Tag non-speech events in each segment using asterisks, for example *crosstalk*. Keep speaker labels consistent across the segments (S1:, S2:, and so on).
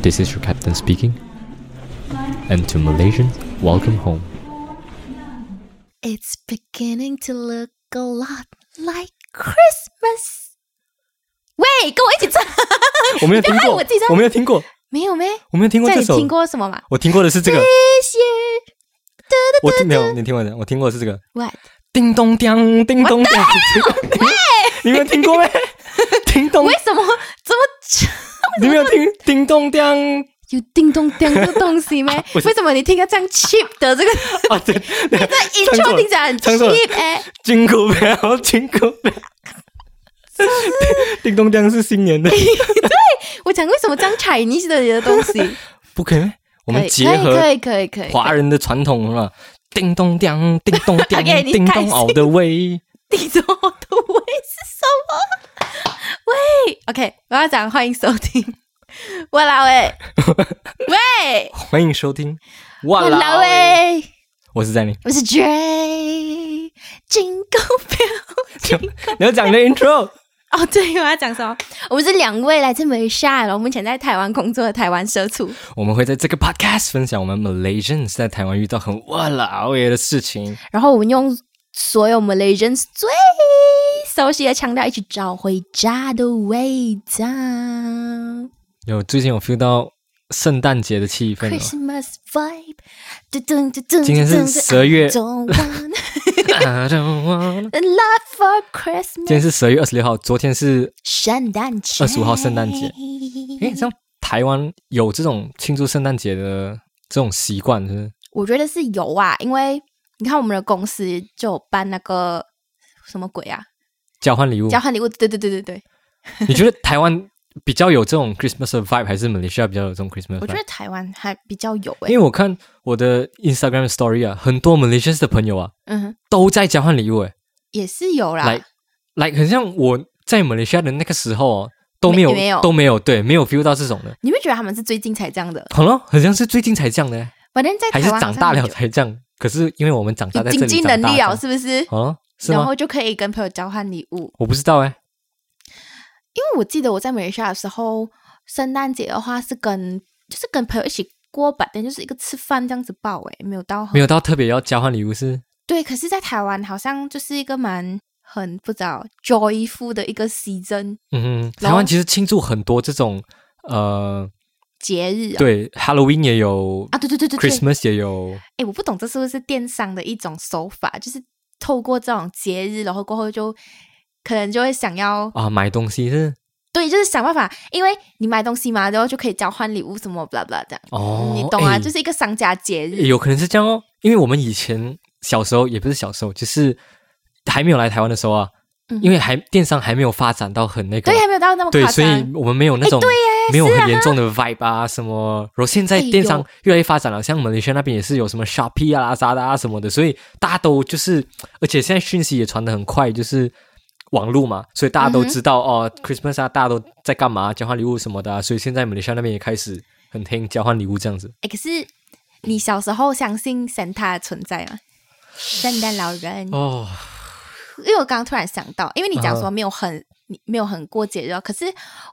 S1: This is your captain speaking. And to Malaysians, welcome home.
S2: It's beginning to look a lot like Christmas。喂，跟我一起唱。
S1: *laughs* 我没有
S2: 你
S1: 听
S2: 不要啊害
S1: 过
S2: 我自己，
S1: 我
S2: 唱。
S1: 没有听过，
S2: *laughs* 没有没？
S1: 我没有听过
S2: 这
S1: 这
S2: 里
S1: 首。
S2: 听过什么吗
S1: 我听过的是这个，
S2: ？This year，
S1: 我听没有，你听过的，我听过的是这个。
S2: what？
S1: 叮咚当，叮咚当，你没有听过没？叮咚
S2: 为，什么？怎么 *laughs* 唱？
S1: 你没有听叮咚当
S2: 有叮咚叮的东西没？
S1: *laughs* 不是
S2: 为什么你听个这样 cheap 的这个
S1: 啊？对，对
S2: 这
S1: *laughs* 唱
S2: intro
S1: 错了
S2: 听起来很
S1: 唱错了
S2: cheap 哎、
S1: 金口表，金口表。叮咚当是新年的，
S2: 我讲为什么这样 Chinese 的人的东西？
S1: 不可以咩？ *laughs* 我
S2: 可
S1: 们
S2: 以
S1: 结合
S2: 可以可以可以可以
S1: 华人的传统是吧？叮咚当，叮咚当，
S2: *laughs* OK，你
S1: 叮
S2: 开
S1: 咚
S2: 心
S1: 熬的味。
S2: 地中我的胃是什么？喂，OK，我要讲欢迎收听。我老 *laughs* 喂，喂，
S1: 欢迎收听，
S2: 我
S1: 哇
S2: 老欸
S1: 啦喂！
S2: 喂，
S1: 我是在你，
S2: 我是 J，金钩 *laughs* 表。
S1: 你要讲的 intro，
S2: 哦，对，我要讲什么？我们是两位来自马来西亚，然后目前在台湾工作的台湾社畜。
S1: 我们会在这个 podcast 分享我们 Malaysians 在台湾遇到很哇啦喂的事情。
S2: 然后我们用所有 Malaysians 最熟悉的腔调，一起找回家的味道。
S1: 有最近有 feel 到圣诞节的气氛哦。
S2: Christmas vibe，嘟嘟嘟嘟。
S1: 今天是12月
S2: I don't want
S1: *laughs* I don't wanna-
S2: a lot for
S1: 今
S2: Christmas。
S1: 天是十二月二十六号，昨天是
S2: 圣诞节，
S1: 25号圣诞节诶，
S2: 嗯
S1: 像台湾有这种庆祝圣诞节的这种习惯，是不是
S2: 我觉得是有啊，因为你看我们的公司就有办那个什么鬼啊，
S1: 交换礼物
S2: 交。换礼物，对对对对对，
S1: 嗯你觉得台湾比较有这种 Christmas 的 vibe，还是马来西亚比较有这种 Christmas？
S2: 我觉
S1: vibe？
S2: 得台湾还比较有诶、
S1: 因为我看我的 Instagram story 啊，很多 Malaysians 的朋友啊
S2: 嗯哼，
S1: 都在交换礼物，哎，
S2: 也是有啦。
S1: 来来，很像我在马来西亚的那个时候哦，都
S2: 没
S1: 没有
S2: 没有
S1: 都没有对，没有 feel 到这种的，
S2: 你会觉得他们是最近才这样的，
S1: 好了，很像是最近才这样的，
S2: 反正在
S1: 还
S2: 台
S1: 是
S2: 湾好像
S1: 长大了
S2: 有
S1: 才这样。可是因为我们长大
S2: 有
S1: 在
S2: 经
S1: 这里
S2: 济
S1: 长大
S2: 能力
S1: 的，
S2: 哦，是不是？
S1: 好了，是
S2: 然
S1: 吗？
S2: 后就可以跟朋友交换礼物。
S1: 我不知道哎，
S2: 因为我记得我在马来西亚的时候，圣诞节的话是跟就是跟朋友一起过吧，但就是一个吃饭这样子报诶、没有到很
S1: 没有到特别要交换礼物是
S2: 对。可是，在台湾好像就是一个蛮很不知道 joyful 的一个 season
S1: 嗯，哼，
S2: 然后
S1: 台湾其实庆祝很多这种，呃，
S2: 节日、啊。
S1: 对，Halloween 也有
S2: 啊，对对对对对，
S1: ，Christmas 也有，
S2: 哎，我不懂这是不是电商的一种手法，就是透过这种节日，然后过后就可能就会想要
S1: 啊，买东西是
S2: 对，就是想办法，因为你买东西嘛，然后就可以交换礼物什么，blah blah 这样，
S1: 哦，
S2: 你懂啊？
S1: 哎
S2: 就是一个商家节日，
S1: 有可能是这样哦，因为我们以前小时候也不是小时候，就是还没有来台湾的时候啊，
S2: 嗯
S1: 因为还电商还没有发展到很那个
S2: 对，，还没有到那么
S1: 对
S2: 夸
S1: 所以
S2: 张。
S1: 我们没有那种、
S2: 哎对耶哎
S1: 没有很严重的 vibe 啊什么。然后现在电商越来越发展了，像马来西亚那边也是有什么 Shopee 啊、Lazada 啊什么的，所以大家都就是，而且现在讯息也传的很快，就是。网络嘛，所以大家
S2: 嗯
S1: 都
S2: 哼
S1: 知道、哦，Christmas 啊，大家都在干嘛，交换礼物什么的啊，所以现在马来西亚那边也开始很听交换礼物这样子。
S2: 哎，可是你小时候相信 Santa 的存在吗？圣诞老人，
S1: 哦，
S2: 因为我刚刚突然想到，因为你讲
S1: 啊
S2: 说没有很、你没有很过节日哦，可是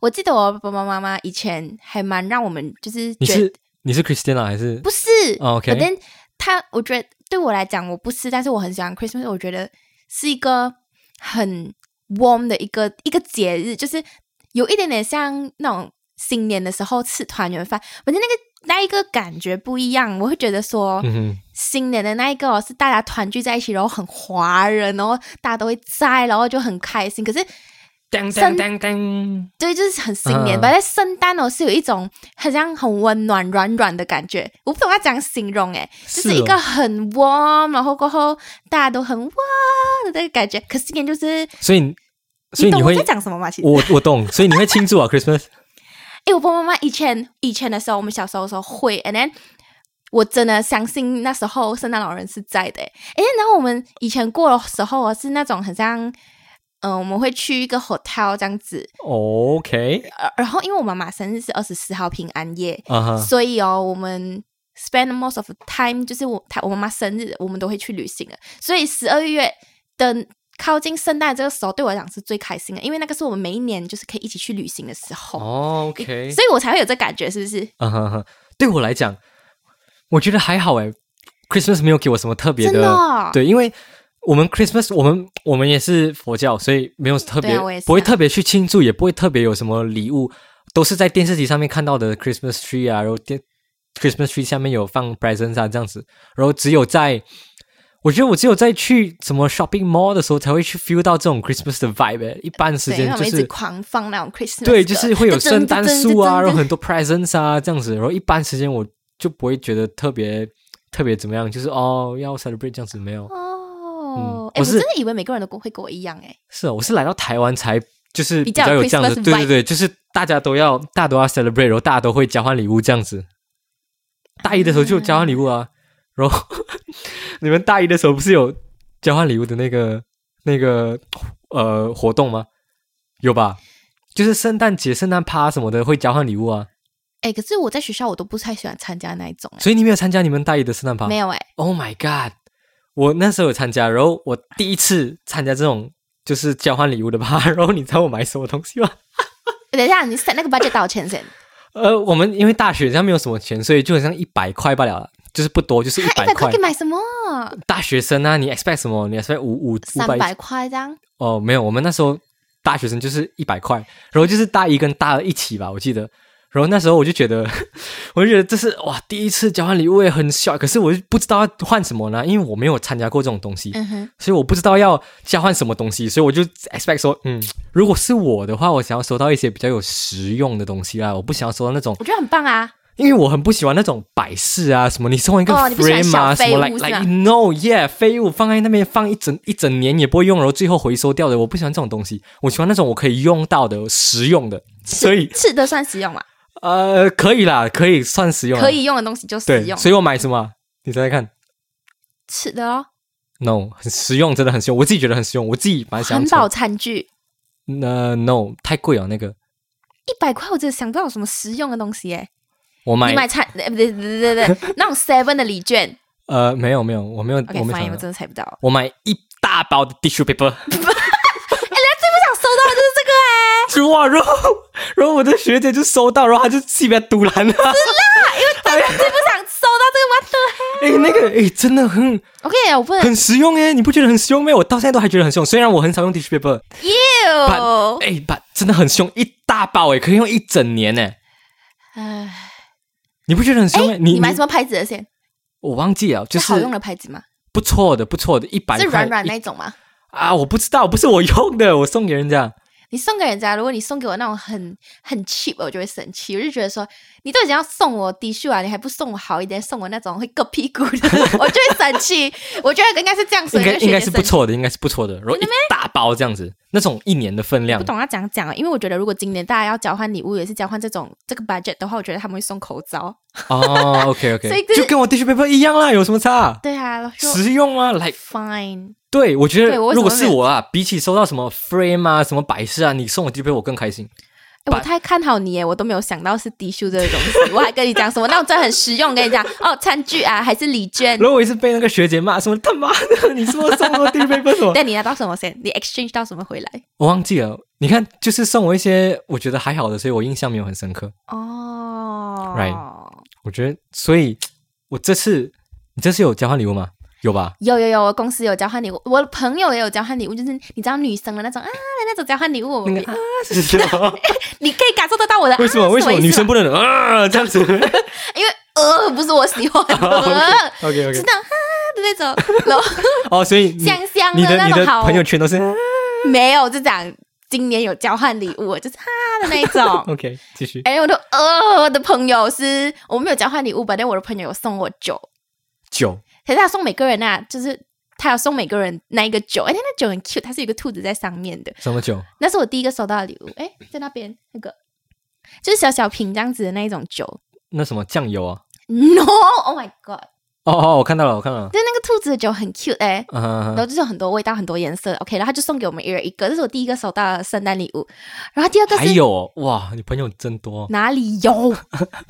S2: 我记得我爸爸妈妈以前还蛮让我们就是
S1: 你
S2: 觉
S1: 是你是 Christina 还是
S2: 不是、
S1: 哦，OK
S2: 反正他我觉得对我来讲我不是，但是我很喜欢 Christmas，我觉得是一个很 warm 的一个一个节日，就是有一点点像那种新年的时候吃团圆饭，反正那个那一个感觉不一样，我会觉得说，
S1: 嗯哼，
S2: 新年的那一个、哦、是大家团聚在一起，然后很华人，然后大家都会在，然后就很开心。可是，
S1: 噔
S2: 噔
S1: 噔噔，
S2: 对，就是很新年
S1: 嗯
S2: 吧。但圣诞哦，是有一种很像很温暖、软软的感觉。我不懂要怎样形容，诶，就是是一个
S1: 哦
S2: 很 warm，然后过后大家都很哇的那个感觉。可是今年就是，
S1: 所以所以
S2: 懂
S1: 你
S2: 我
S1: 会
S2: 在讲什么吗？其实，
S1: 我我懂，所以你会庆祝啊 Christmas
S2: 诶，我爸爸妈妈以前以前的时候，我们小时候的时候会，and then 我真的相信那时候圣诞老人是在的。诶，然后我们以前过的时候啊，是那种很像，嗯、我们会去一个 hotel 这样子， *laughs*
S1: OK
S2: 呃然后因为我妈妈生日是二十四号平安夜，
S1: 啊哈，
S2: 所以哦，我们 spend most of the time 就是我她我妈妈生日，我们都会去旅行的，所以十二月的。靠近圣诞这个时候，对我来讲是最开心的，因为那个是我们每一年就是可以一起去旅行的时候，
S1: 哦，OK，
S2: 所以我才会有这感觉，是不是？
S1: 嗯哼哼，对我来讲，我觉得还好诶 Christmas 没有给我什么特别
S2: 真的哦
S1: 对，因为我们 Christmas 我们我们也是佛教，所以没有特别、
S2: 对啊我也是啊
S1: 不会特别去庆祝，也不会特别有什么礼物，都是在电视机上面看到的 Christmas tree 啊，然后电 Christmas tree 下面有放 presents 啊这样子，然后只有在我觉得我只有在去什么 shopping mall 的时候才会去 feel 到这种 Christmas 的 vibe，欸一般时
S2: 对，因为
S1: 间
S2: 我
S1: 就
S2: 们一直
S1: 是
S2: 狂放那种 *laughs* Christmas，
S1: 对，
S2: 歌
S1: 就是会有圣诞树
S2: 噔噔噔噔噔
S1: 啊，然后很多 presents 啊这样子，然后一般时间我就不会觉得特别特别怎么样，就是哦要 celebrate 这样子没有。嗯
S2: 哦，哎、
S1: 我
S2: 我
S1: 是
S2: 真的以为每个人都跟会跟我一样哎、
S1: 是啊，我是来到台湾才就是
S2: 比较
S1: 较有
S2: 有
S1: 这样子，
S2: Christmas
S1: 对对
S2: vibe
S1: 对，就是大家都要大家都要 celebrate，然后大家都会交换礼物这样子。大一的时候就交换礼物
S2: 嗯
S1: 啊，然后你们大一的时候不是有交换礼物的那个那个呃活动吗？有吧？就是圣诞节、圣诞趴什么的会交换礼物啊，
S2: 哎、可是我在学校我都不太喜欢参加那一种、哎
S1: 所以你没有参加你们大一的圣诞趴？
S2: 没有哎、
S1: Oh my god！我那时候有参加，然后我第一次参加这种就是交换礼物的趴， *laughs* 然后你知道我买什么东西吗？
S2: 等一下你塞那个 budget 多少钱
S1: *laughs*
S2: 先？
S1: 呃，我们因为大学上没有什么钱，所以就好像一百块罢了，就是不
S2: *laughs*
S1: 多，就是一
S2: 一
S1: 百
S2: 百块
S1: 块
S2: 可以。买什么？
S1: 大学生啊，你 expect 什么？你 expect 五五五
S2: 三百块这样？
S1: 哦，没有，我们那时候大学生就是一百块，然后就是大一跟大二一起吧，我记得。然后那时候我就觉得， *laughs* 我就觉得这是哇，第一次交换礼物也很小，可是我就不知道要换什么呢，因为我没有参加过这种东西，
S2: 嗯哼，
S1: 所以我不知道要交换什么东西，所以我就 expect 说，嗯，如果是我的话，我想要收到一些比较有实用的东西啦，我不想要收到那种
S2: 我觉得很棒啊！
S1: 因为我很不喜欢那种摆饰啊，什么你送一个
S2: 哦你不喜欢
S1: frame
S2: 小
S1: 啊，什
S2: 废
S1: 么
S2: 物
S1: like
S2: 是吧
S1: like no yeah 废物放在那边放一整一整年也不会用，然后最后回收掉的，我不喜欢这种东西，我喜欢那种我可以用到的、实用的， *laughs* 所
S2: *laughs*
S1: 以
S2: 吃的算实用嘛？
S1: 呃可以啦，可以算实用啦，
S2: 可以用的东西就实
S1: 啊对，
S2: 用，
S1: 所以我买什么啊？你猜猜看
S2: 吃的哦，
S1: ，no 很实用，真的很实用，我自己觉得很实用，我自己蛮想
S2: 环保餐具
S1: 呃 no 太贵了那个，
S2: 一百块，我真的想不到有什么实用的东西哎、
S1: 我买
S2: 你买餐呃不对不对不对不对，那种 seven 的礼券
S1: 呃没有没有我没有
S2: ，OK
S1: 我没有
S2: fine，
S1: 想
S2: 我
S1: 到
S2: 真的猜不到。
S1: 我买一大包的 tissue paper。 *laughs*
S2: 我想收到的就是这个哎、
S1: 猪啊，然后然后我的学姐就收到，然后她就气边堵拦了。 *laughs*
S2: 哎最不想收到这个 what the hell？
S1: 哎，那个哎，真的很
S2: OK，我不能
S1: 很实用哎，你不觉得很实用吗？我到现在都还觉得很实用，虽然我很少用 tissue paper，但
S2: you。
S1: 哎，但真的很凶，一大包哎，可以用一整年哎，
S2: 哎，
S1: 你不觉得很凶哎？你
S2: 你买什么牌子的先？
S1: 我忘记了，就是
S2: 好用的牌子吗？
S1: 不错的，不错的，一百
S2: 是
S1: 块
S2: 软软
S1: 一
S2: 那一种吗？
S1: 啊，我不知道，不是我用的，我送给人家。
S2: 你送给人家，如果你送给我那种很很 cheap，我就会生气。我就觉得说，你都已经要送我 T 恤啊，你还不送我好一点，送我那种会硌屁股
S1: *laughs*
S2: 的，我就会生气。我觉得应该是这样，所
S1: 应
S2: 以
S1: 该
S2: 就
S1: 应
S2: 学姐
S1: 该是
S2: 生
S1: 不
S2: 气。
S1: 错的，应该是不错的，然后一大包这样子，那种一年的分
S2: *laughs*
S1: 量
S2: 不，懂要讲讲啊，因为我觉得如果今年大家要交换礼物，也是交换这种这个 budget 的话，我觉得他们会送口罩。
S1: 哦，OK
S2: 所以
S1: OK，
S2: 这
S1: 就跟我 tissue paper 一样啦，有什么差啊？
S2: 对啊，然后说
S1: 实用吗？来，
S2: fine，
S1: 对我觉得
S2: 对我为什
S1: 如
S2: 么
S1: 果是我啊，比起收到什么 frame 啊、什么摆饰啊，你送我 tissue paper 我更开心。
S2: 哎，我
S1: But-
S2: 太看好你耶，我都没有想到是 T 恤这个东西，我还跟你讲什么？那我真的很实用，跟你讲 *laughs* 哦，餐具啊，还是礼券。
S1: *laughs* 然后我也是被那个学姐骂，什么他妈的，你说送我 tissue
S2: *laughs*
S1: paper 什么？
S2: 但你拿到什么先？你 exchange 到什么回来？
S1: 我忘记了。你看，就是送我一些我觉得还好的，所以我印象没有很深刻。
S2: 哦
S1: Right 我觉得，所以我这次你这次有交换礼物吗？有吧？
S2: 有有有，我公司有交换礼物，我的朋友也有交换礼物，就是你知道女生的那种啊的那种交换礼物，
S1: 那个啊，是什么？
S2: 你可以感受得到我的。
S1: *laughs* 为什
S2: *laughs*
S1: 么？
S2: 啊
S1: 为什么
S2: 意思
S1: 女生不
S2: *laughs*
S1: 能啊这样子
S2: 因为呃不是我喜欢
S1: *laughs*
S2: 的，
S1: 哦
S2: *laughs*
S1: ？OK
S2: 是那
S1: OK，
S2: 种啊的那种，
S1: *laughs*
S2: 然后
S1: 哦，所以你
S2: 香香
S1: 你的
S2: 那
S1: 你
S2: 种
S1: 的
S2: 好
S1: 朋友圈都是啊
S2: 没有，就讲今年有交换礼物，就是啊的那一种。
S1: OK，继续
S2: 哎、我都呃，我的朋友是我没有交换礼物吧，但我的朋友有送我酒，
S1: 九
S2: 可是他送每个人啊，就是他有送每个人那一个酒，哎、那酒很 cute，它是有一个兔子在上面的，
S1: 什么酒？
S2: 那是我第一个收到的礼物，哎、在那边那个就是小小瓶这样子的那一种酒
S1: 那什么酱油啊？
S2: *laughs* ，no，oh my god，
S1: 哦哦，我看到了，我看到了。
S2: 就是那个兔子的酒很 cute 哎、
S1: 嗯哼哼
S2: 然后就是有很多味道，很多颜色。OK，然后他就送给我们一人一个，这是我第一个收到的圣诞礼物。然后第二个
S1: 还
S2: 是
S1: 有哦哇，你朋友真多
S2: *laughs* 哪里有？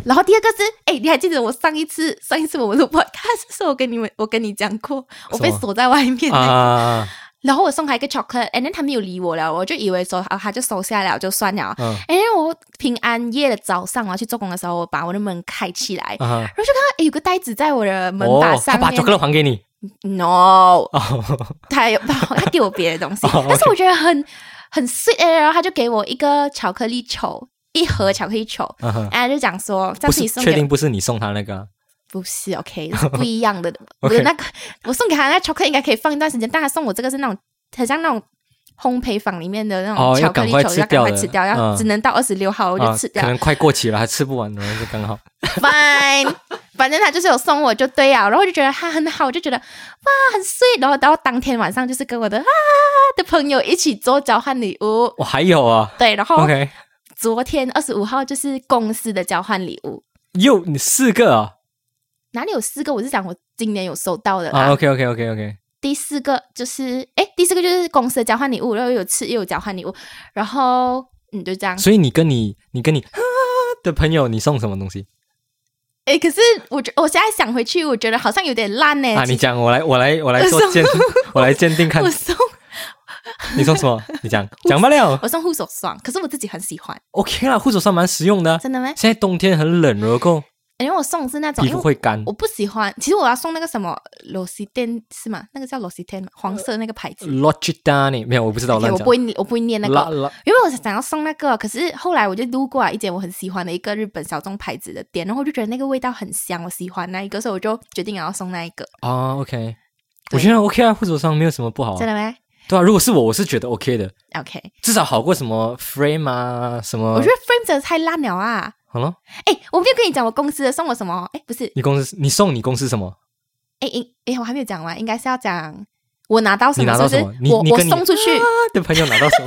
S2: 然后第二个是，哎、你还记得我上一次上一次我们录 podcast 的时候，我跟你们我跟你讲过，我被
S1: 什么
S2: 锁在外面、
S1: 啊！
S2: 然后我送他一个 chocolate，and then 他没有理我了，我就以为说啊，他就收下了就算了。
S1: 嗯
S2: and then 我平安夜的早上我要去做工的时候，我把我的门开起来，然
S1: 啊哈，
S2: 后就看到哎诶有个袋子在 *laughs* 我的门把
S1: 哦，
S2: 上
S1: 他把
S2: 面。
S1: 巧克力还给你
S2: no，
S1: 哦，，
S2: 他有把我他给我别的东西
S1: *laughs* 哦
S2: 但是我觉得很很 sweet 诶然后他就给我一个巧克力球，一盒巧克力球，
S1: 啊哈，
S2: 哎然后就讲说上
S1: 不
S2: 次
S1: 是
S2: 你送
S1: 确
S2: 给
S1: 定不是你送他那个啊
S2: 不是 OK，是不一样的。我
S1: *laughs* OK
S2: 的那个，我送给他那巧克力应该可以放一段时间，但他送我这个是那种很像那种烘焙坊里面的那
S1: 哦
S2: 种巧克力球，
S1: 要赶快吃
S2: 要赶
S1: 掉
S2: 快
S1: 的
S2: 吃掉，要
S1: 嗯
S2: 只能到二十六号我就
S1: 啊
S2: 吃，掉
S1: 可。能快过期了，还吃不完，然后就刚好
S2: Fine，反 *laughs* 正他就是有送我就对啊，然后我就觉得他很好，我就觉得哇很 sweet，然后到当天晚上就是跟我的啊的朋友一起做交换礼物，
S1: 我还有啊
S2: 对，然后
S1: ，OK，
S2: 昨天二十五号就是公司的交换礼物，
S1: 又你四个啊
S2: 哪里有四个？我是讲我今年有收到的啦。
S1: 啊，OK OK OK OK，
S2: 第四个就是，哎，第四个就是公司的交换礼物，然后有吃又有交换礼物，然后嗯，就这样。
S1: 所以你跟你你跟你 *laughs* 的朋友，你送什么东西
S2: 哎，可是我觉我现在想回去，我觉得好像有点烂呢、
S1: 啊？你
S2: 哎 *laughs* 其实
S1: 讲，我来我来我来做
S2: 我送
S1: 鉴， *laughs* 我来鉴定看
S2: 我，送
S1: 你送什么？你讲讲不了
S2: 我送护手霜，可是我自己很喜欢，
S1: ，OK 啦，护手霜蛮实用的啊，
S2: 真的吗？
S1: 现在冬天很冷，然后
S2: 因为我送的是那种，
S1: 皮
S2: 因
S1: 肤
S2: 为
S1: 会干
S2: 我不喜欢。其实我要送那个什么 l o c i t e n 是吗？那个叫 l o c i t e n 黄色那个牌子。
S1: ，Logitani 没有，我不知道，我
S2: OK，
S1: 嗯乱
S2: 哎我
S1: 讲
S2: 不。会，我不会念那
S1: 拉
S2: 个，
S1: 拉
S2: 因为我想要送那个，可是后来我就路过了一间我很喜欢的一个日本小众牌子的店，然后我就觉得那个味道很香，我喜欢那一个，所以我就决定要送那一个。
S1: 啊，OK，我
S2: 对
S1: 觉得 OK 啊，护手霜没有什么不好、
S2: 真
S1: 啊，
S2: 的吗
S1: 对啊，如果是我，我是觉得 OK 的，
S2: ？OK，、
S1: 至少好过什么 frame 啊，什么。
S2: 我觉得 frame 真的太烂了啊！
S1: 好了，
S2: 哎，我没有跟你讲我公司的送我什么？哎，不是，
S1: 你公司你送你公司什么？
S2: 哎应哎，我还没有讲完，应该是要讲我拿到什
S1: 你
S2: 么，
S1: 拿
S2: 是
S1: 到
S2: 不
S1: 什
S2: 是
S1: 么？你
S2: 我
S1: 你
S2: 我
S1: 跟你
S2: 送出去
S1: 啊， *laughs* 的朋友拿到
S2: *laughs*
S1: 什么？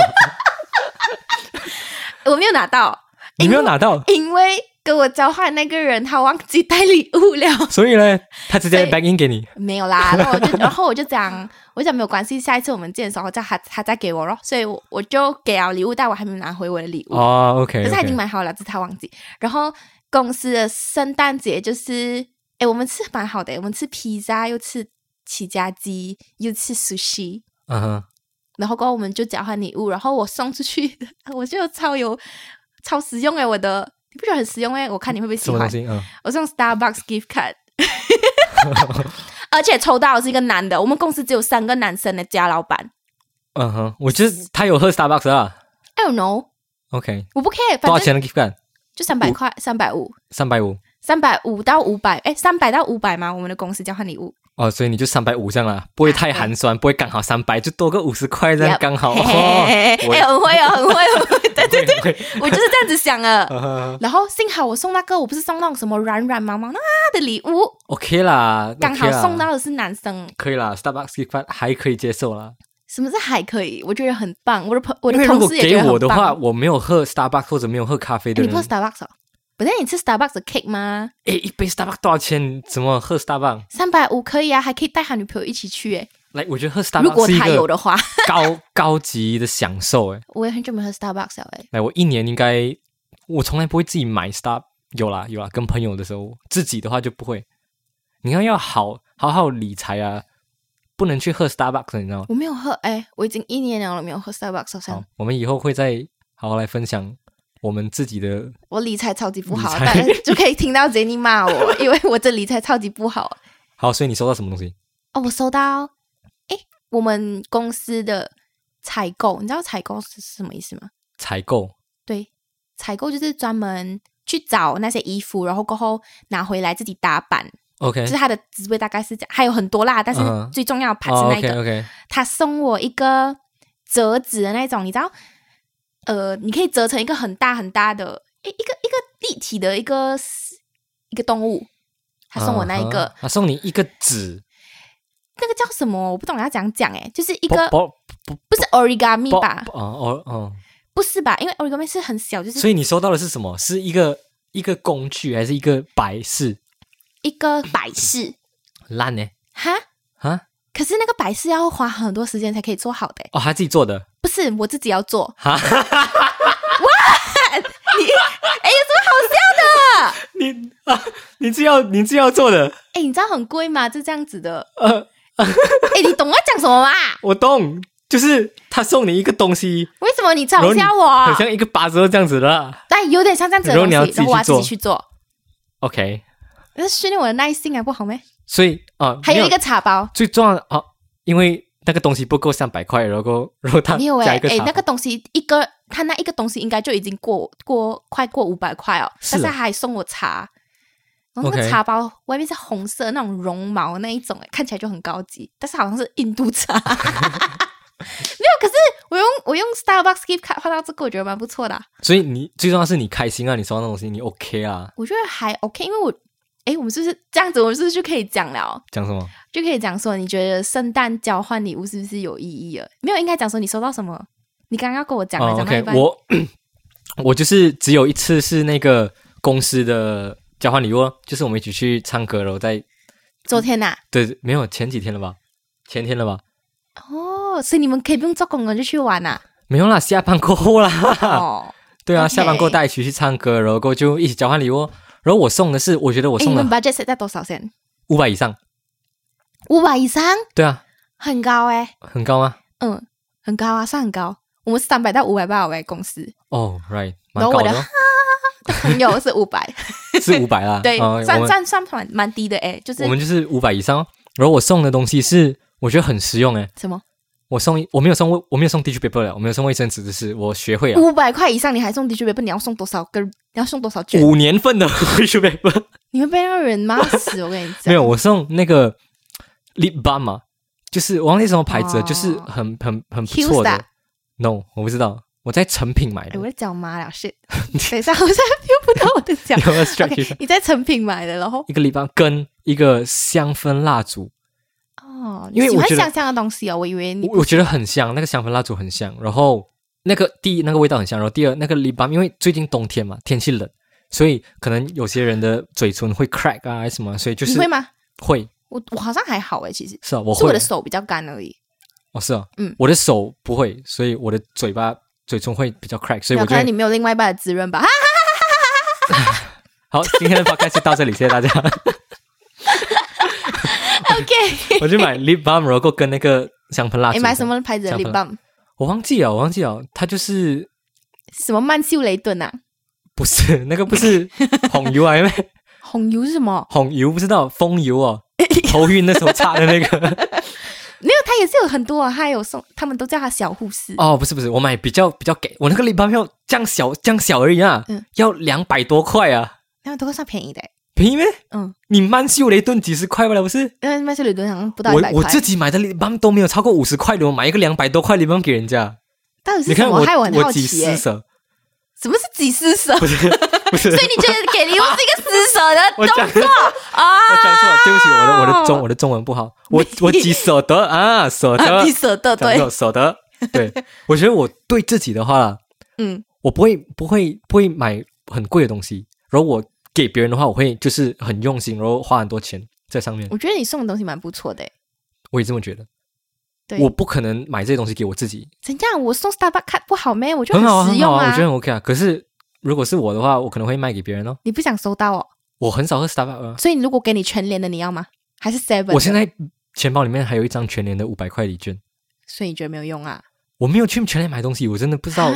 S2: 我没有拿到，
S1: 你没有拿到，
S2: 哎因为跟我交换那个人他忘记带礼物了， *laughs*
S1: 所以呢，他直接
S2: 所以
S1: back in 给你。
S2: 没有啦。然后我就 *laughs* 然后我就讲，我就讲没有关系，下一次我们见的时候叫他他再给我咯。所以我我就给了礼物，但我还没有拿回我的礼物。
S1: 哦，OK，
S2: 嗯可是他已
S1: OK
S2: 经买好了，只是他忘记。然后公司的圣诞节就是，哎，我们吃蛮好的，我们吃披萨，又吃起家鸡，又吃 sushi，
S1: 嗯哼，
S2: 然后过后我们就交换礼物，然后我送出去 *laughs* 的，我就超有超实用哎，我的你不觉得很实用哎？我看你会不会喜
S1: 什么
S2: 欢
S1: 东？西？嗯，
S2: 我送 Starbucks gift
S1: *laughs*
S2: card。而且抽到的是一个男的，我们公司只有三个男生的家老板。
S1: 嗯哼，我觉得他有喝 Starbucks 啊。
S2: I don't know，
S1: OK，
S2: 我不 care，反
S1: 多少
S2: 正
S1: 钱的 gift card？
S2: 就三百块，三百五。
S1: 三百五
S2: 三百五到五百，哎，三百到五百吗？我们的公司交换礼物，
S1: 哦，所以你就三百五这样啦，不会太寒
S2: 嗯
S1: 酸，不会刚好三百，就多个五十块这样
S2: Yep *laughs*
S1: 刚好。
S2: 嘿嘿
S1: 哦
S2: 嘿嘿
S1: 我
S2: 哎，很会哦，很会哦，对对对，
S1: 会会
S2: 我就是这样子想
S1: *laughs*
S2: 的。
S1: 嗯哼
S2: 然后幸好我送那个，我不是送那种什么软软毛毛啊的礼物，
S1: OK 啦，
S2: 刚好
S1: OK 啦
S2: 送到的是男生，
S1: 可以啦，Starbucks gift card 还可以接受啦。
S2: 什么是还可以？我觉得很棒，我的朋我
S1: 因
S2: 的
S1: 为如
S2: 同
S1: 果
S2: 事也觉
S1: 给
S2: 得
S1: 我的
S2: 很
S1: 话，
S2: 棒。
S1: 我没有喝 Starbucks 或者没有喝咖啡
S2: 哎
S1: 的
S2: 你不
S1: 人
S2: 是，Starbucks 哦？不是你吃 Starbucks 的 cake 吗？
S1: 诶，一杯 Starbucks 多少钱？怎么喝 Starbucks？
S2: 三百五可以啊，还可以带他女朋友一起去哎。
S1: 来，我觉得喝
S2: 如果
S1: Starbucks 是一
S2: 他有
S1: 个
S2: 的话，
S1: *laughs* 高高级的享受。诶，
S2: 我也很久没喝 Starbucks 了哎。
S1: 来，我一年应该我从来不会自己买 Star，有啦有啦，跟朋友的时候，自己的话就不会。你看，要好好好理财啊，不能去喝 Starbucks，你知道吗？
S2: 我没有喝哎，我已经一年了没有喝 Starbucks 好像
S1: 好。，我们以后会再好好来分享我们自己的
S2: 我理财超级不好，
S1: 理财
S2: 大家就可以听到 Jenny 骂
S1: *laughs*
S2: 我，因为我这理财超级不好。
S1: 好，所以你收到什么东西？
S2: 哦，我收到，诶，我们公司的采购，你知道采购是什么意思吗？
S1: 采购
S2: 对，采购就是专门去找那些衣服，然后过后拿回来自己打版，
S1: ，OK，
S2: 就是他的职位大概是这样，还有很多啦，但是
S1: 嗯
S2: 最重要的 part
S1: 哦
S2: 是那一个。
S1: ，OK OK，
S2: 他送我一个折纸的那种，你知道，呃，你可以折成一个很大很大的，一一个一个立体的一个一个动物。他送我那一个
S1: 啊哈，他送你一个纸，
S2: 那个叫什么？我不懂要怎样讲哎，就是一
S1: 一
S2: 个
S1: 包
S2: 不是 origami
S1: 包
S2: 吧？
S1: 哦哦哦，
S2: 不是吧？因为 origami 是很小，就是
S1: 所以你收到的是什么？是一个一个工具还是一个摆饰？
S2: 一个摆饰
S1: 烂呢
S2: 哈。
S1: 啊！
S2: 可是那个摆饰要花很多时间才可以做好的欸，
S1: 哦，他自己做的
S2: 不是我自己要做。
S1: 哈。
S2: 哎，有什么好笑的？
S1: 你啊，你自己要你自己要做的，
S2: 哎，你知道很贵吗？就这样子的。
S1: 呃，
S2: 哎，你懂我讲什么吗？
S1: 我懂，就是他送你一个东西，
S2: 为什么你
S1: 然后
S2: 嘲
S1: 你
S2: 笑我？
S1: 很像一个巴折这样子的啦。
S2: 但有点像这样子的
S1: 然后
S2: 东西，
S1: 你要
S2: 然后
S1: 自己
S2: 我要自
S1: 去
S2: 己
S1: 做
S2: 去做，
S1: OK，
S2: 那是训练我的耐心啊，不好咩？
S1: 所以啊，
S2: 还
S1: 没
S2: 有
S1: 有
S2: 一个茶包，
S1: 最重要的啊，因为那个东西不够三百块，然后然后他
S2: 没有
S1: 加
S2: 哎、
S1: 一个
S2: 哎、
S1: 茶包
S2: 那个东西一个，他那一个东西应该就已经过过快过五百块哦，
S1: 是
S2: 但是
S1: 啊
S2: 他还送我茶，然后那个
S1: OK
S2: 茶包外面是红色那种绒毛那一种，哎看起来就很高级，但是好像是印度
S1: *laughs*
S2: 茶。没有，可是我用我用 Starbucks gift card 换到这个，我觉得蛮不错的啊、
S1: 所以你最重要是你开心啊，你收到那东西你 OK 啊？
S2: 我觉得还 OK，因为我，哎，我们是不是这样子？我们是不是就可以讲了哦？
S1: 讲什么？
S2: 就可以讲说，你觉得圣诞交换礼物是不是有意义了？没有，应该讲说你收到什么？你刚刚要跟我讲了，
S1: 哦
S2: 讲到一
S1: OK，
S2: 半，
S1: 我我就是只有一次是那个公司的交换礼物哦，就是我们一起去唱歌，然后在
S2: 昨天啊呐、
S1: 对没有前几天了吧？前天了吧？
S2: 哦，所以你们可以不用做工了，就去玩呐、
S1: 没有啦，下班过后啦。 *laughs*
S2: 哦，
S1: 对啊
S2: OK
S1: 下班过后大家一起去唱歌，然后过后就一起交换礼物哦。然后我送的是，我觉得我
S2: 哎，你
S1: 送
S2: 们
S1: 了
S2: budget 是在多少钱？
S1: 五百以上，
S2: 五百以上，
S1: 对啊，
S2: 很高哎、
S1: 很高啊吗？
S2: 嗯，很高啊，算很高。我们是三百到五百吧，喂，公司
S1: 哦、r i g h t 蛮
S2: 然后
S1: 高
S2: 我
S1: 的
S2: 的
S1: 哦，
S2: 朋友是五
S1: *laughs*
S2: 百，
S1: 是五百啦。
S2: *laughs* 对，
S1: 哦我
S2: 算
S1: 们
S2: 算算蛮蛮低的哎、就是
S1: 我们就是五百以上哦。然后我送的东西是，我觉得很实用诶。
S2: 什么
S1: 我送一我没有送卫我没有送 tissue paper 了，我没有送卫生纸，只是我学会了
S2: 五百块以上你还送 DJ 杯，你要送多少根？你要送多少卷？
S1: 五年
S2: *laughs*
S1: 份的 tissue paper。
S2: 你会被那个人骂死，我跟你讲。
S1: *laughs* 没有，我送那个 lip balm 嘛，就是我忘记什么牌子了，
S2: 哦
S1: 就是很很很不错
S2: Hughes
S1: 的
S2: 啊。
S1: No，我不知道，我在成品买
S2: 哎，
S1: 的
S2: 我。在脚麻了，shit！等一
S1: *laughs*。
S2: 下，我现在 feel 不到我的脚
S1: 有个 s t r a t
S2: OK，你在成品买的，然后
S1: 一个 lip balm 跟一个香氛蜡烛，
S2: 哦，
S1: 因为
S2: 你喜
S1: 我
S2: 欢
S1: 觉得
S2: 香香的东西哦，我以为你
S1: 我我觉得很香，那个香氛蜡烛很香。然后那个第一那个味道很香，然后第二那个 lip balm，因为最近冬天嘛，天气冷，所以可能有些人的嘴唇会 crack 啊还是什么，所以就是
S2: 你会吗？
S1: 会
S2: 我我好像还好哎，其实
S1: 是啊，我
S2: 是
S1: 会
S2: 我的手比较干而已。
S1: 哦是啊，
S2: 嗯
S1: 我的手不会，所以我的嘴巴嘴唇会比较 crack，所以我
S2: 有
S1: 觉
S2: 可能你
S1: 得
S2: 没有另外一半的滋润吧？哈，
S1: 好，今天的 podcast 就到这里，谢谢大家。
S2: OK，
S1: *laughs* 我去买 lip balm，然后跟那个香喷蜡烛。
S2: 你买什？么牌子的
S1: 香
S2: lip
S1: 氛
S2: balm？
S1: 我忘记了，我忘记了，它就是 *laughs*
S2: 什么曼秀雷敦啊？
S1: 不是那个不是红油啊？因为
S2: 红油是什么？
S1: 红油不知道风油哦，
S2: *laughs*
S1: 头晕那时候擦的那个。
S2: 没有，它也是有很多啊，它有送，他们都叫它小护士。
S1: 哦，不是不是，我买比较比较给我那个 lip balm 要这样小这样小而已啊，
S2: 嗯
S1: 要两百多块啊，
S2: 那后都会算便宜的欸，
S1: 便宜咩？
S2: 嗯，
S1: 你曼秀雷敦几十块不了不是？
S2: 因为曼秀雷敦好像不到一
S1: 我
S2: 百
S1: 我
S2: 块。
S1: 自己买的 lip balm 都没有超过五十块的，我买一个两百多块 lip balm 给人家，
S2: 到底是
S1: 你
S2: 什
S1: 看我
S2: 么？害我很好
S1: 我几
S2: 奇耶
S1: 施，舍，
S2: 什么是几施舍？
S1: 不是 *laughs* 不是，
S2: *laughs* 所以你觉得给礼物是一个施舍的
S1: *laughs* 我
S2: 动
S1: 讲
S2: 作啊？
S1: 我讲错了，对不起，我的我的中我的中文不好，我我几舍得啊，舍
S2: *laughs* 啊，
S1: 得
S2: 你，舍得
S1: 讲
S2: 对
S1: 错，，舍得，对，我觉得我对自己的话啦，
S2: 嗯，
S1: 我不会不会不会买很贵的东西，然后我给别人的话，我会就是很用心，然后花很多钱在上面，
S2: 我觉得你送的东西蛮不错的欸。
S1: 我也这么觉得。
S2: 对
S1: 我不可能买这些东西给我自己，
S2: 怎样？我送 Starbucks 卡不好咩？我觉得
S1: 很好啊，
S2: 实
S1: 很好
S2: 用
S1: 啊，我觉得很 OK 啊。可是如果是我的话，我可能会卖给别人哦。
S2: 你不想收到哦，
S1: 我很少喝 Starbucks，啊、
S2: 所以你如果给你全联的，你要吗？还是 Seven？
S1: 我现，在钱包里面还有一张全年的五百块礼券，
S2: 所以你觉得没有用啊？
S1: 我没有去全年买东西，我真的不知道。
S2: 啊